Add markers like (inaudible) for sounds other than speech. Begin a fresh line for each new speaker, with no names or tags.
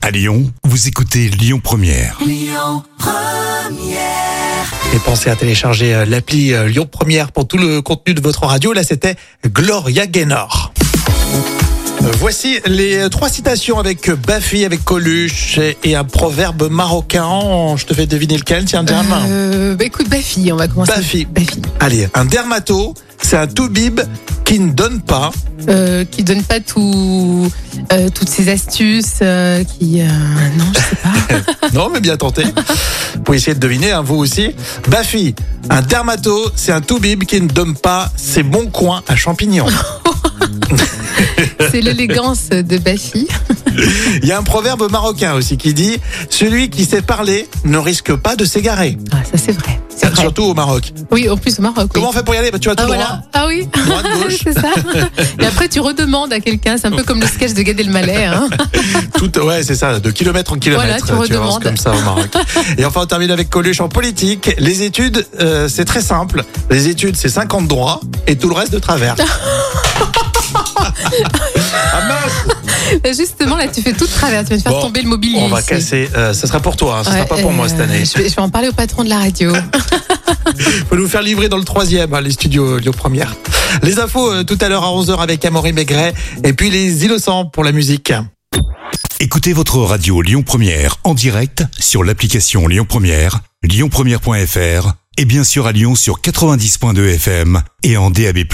À Lyon, vous écoutez Lyon Première.
Et pensez à télécharger euh, l'appli euh, Lyon Première pour tout le contenu de votre radio. Là, c'était Gloria Gaynor. Euh, Voici les trois citations avec euh, Baffy, avec Coluche et- et un proverbe marocain. Oh, Je te fais deviner lequel, tiens, Jam.
Euh, bah écoute, Bafi, on va commencer.
Baffy.
Bafi.
Allez, un dermato, c'est un toubib qui ne donne pas.
Euh, qui donne pas tout, euh, toutes ses astuces, euh, qui. euh,
Ah,
non, je sais pas.
Non, mais bien tenté. Vous pouvez essayer de deviner, hein, vous aussi. Baffy, un dermato, c'est un toubib qui ne donne pas ses bons coins à champignons.
(laughs) C'est l'élégance de Bafi.
Il y a un proverbe marocain aussi qui dit Celui qui sait parler ne risque pas de s'égarer.
Ah, ça, c'est vrai. C'est vrai.
Surtout au Maroc.
Oui, en plus, au Maroc. oui.
Comment on fait pour y aller Bah, Tu vas tout
ah,
droit.
voilà. ah oui, (laughs)
Droite, gauche.
c'est ça. Et après, tu redemandes à quelqu'un. C'est un peu comme le sketch de Gad
(laughs)
Elmaleh. Hein.
Tout, ouais, c'est ça, de kilomètre en kilomètre.
Voilà, tu
euh, avances
redemandes.
comme ça au Maroc. Et enfin, on termine avec Coluche en politique. Les études, euh, c'est très simple. Les études, c'est 50 droits et tout le reste de
(laughs)
travers. ah mince
Justement, là, tu fais tout de travers. Tu vas te faire
Bon,
tomber le mobilier.
On va
ici.
casser. euh, ça sera pour toi, hein, ce
Ouais,
sera pas pour moi
euh,
cette année.
Je vais, je vais en parler au patron de la radio.
Faut nous faire livrer dans le troisième, hein, les studios euh, Lyon Première. Les infos euh, tout à l'heure à 11h avec Amaury Maigret et puis les innocents pour la musique.
Écoutez votre radio Lyon Première en direct sur l'application Lyon Première, lyonpremière.fr et bien sûr à Lyon sur 90.2 FM et en DAB+.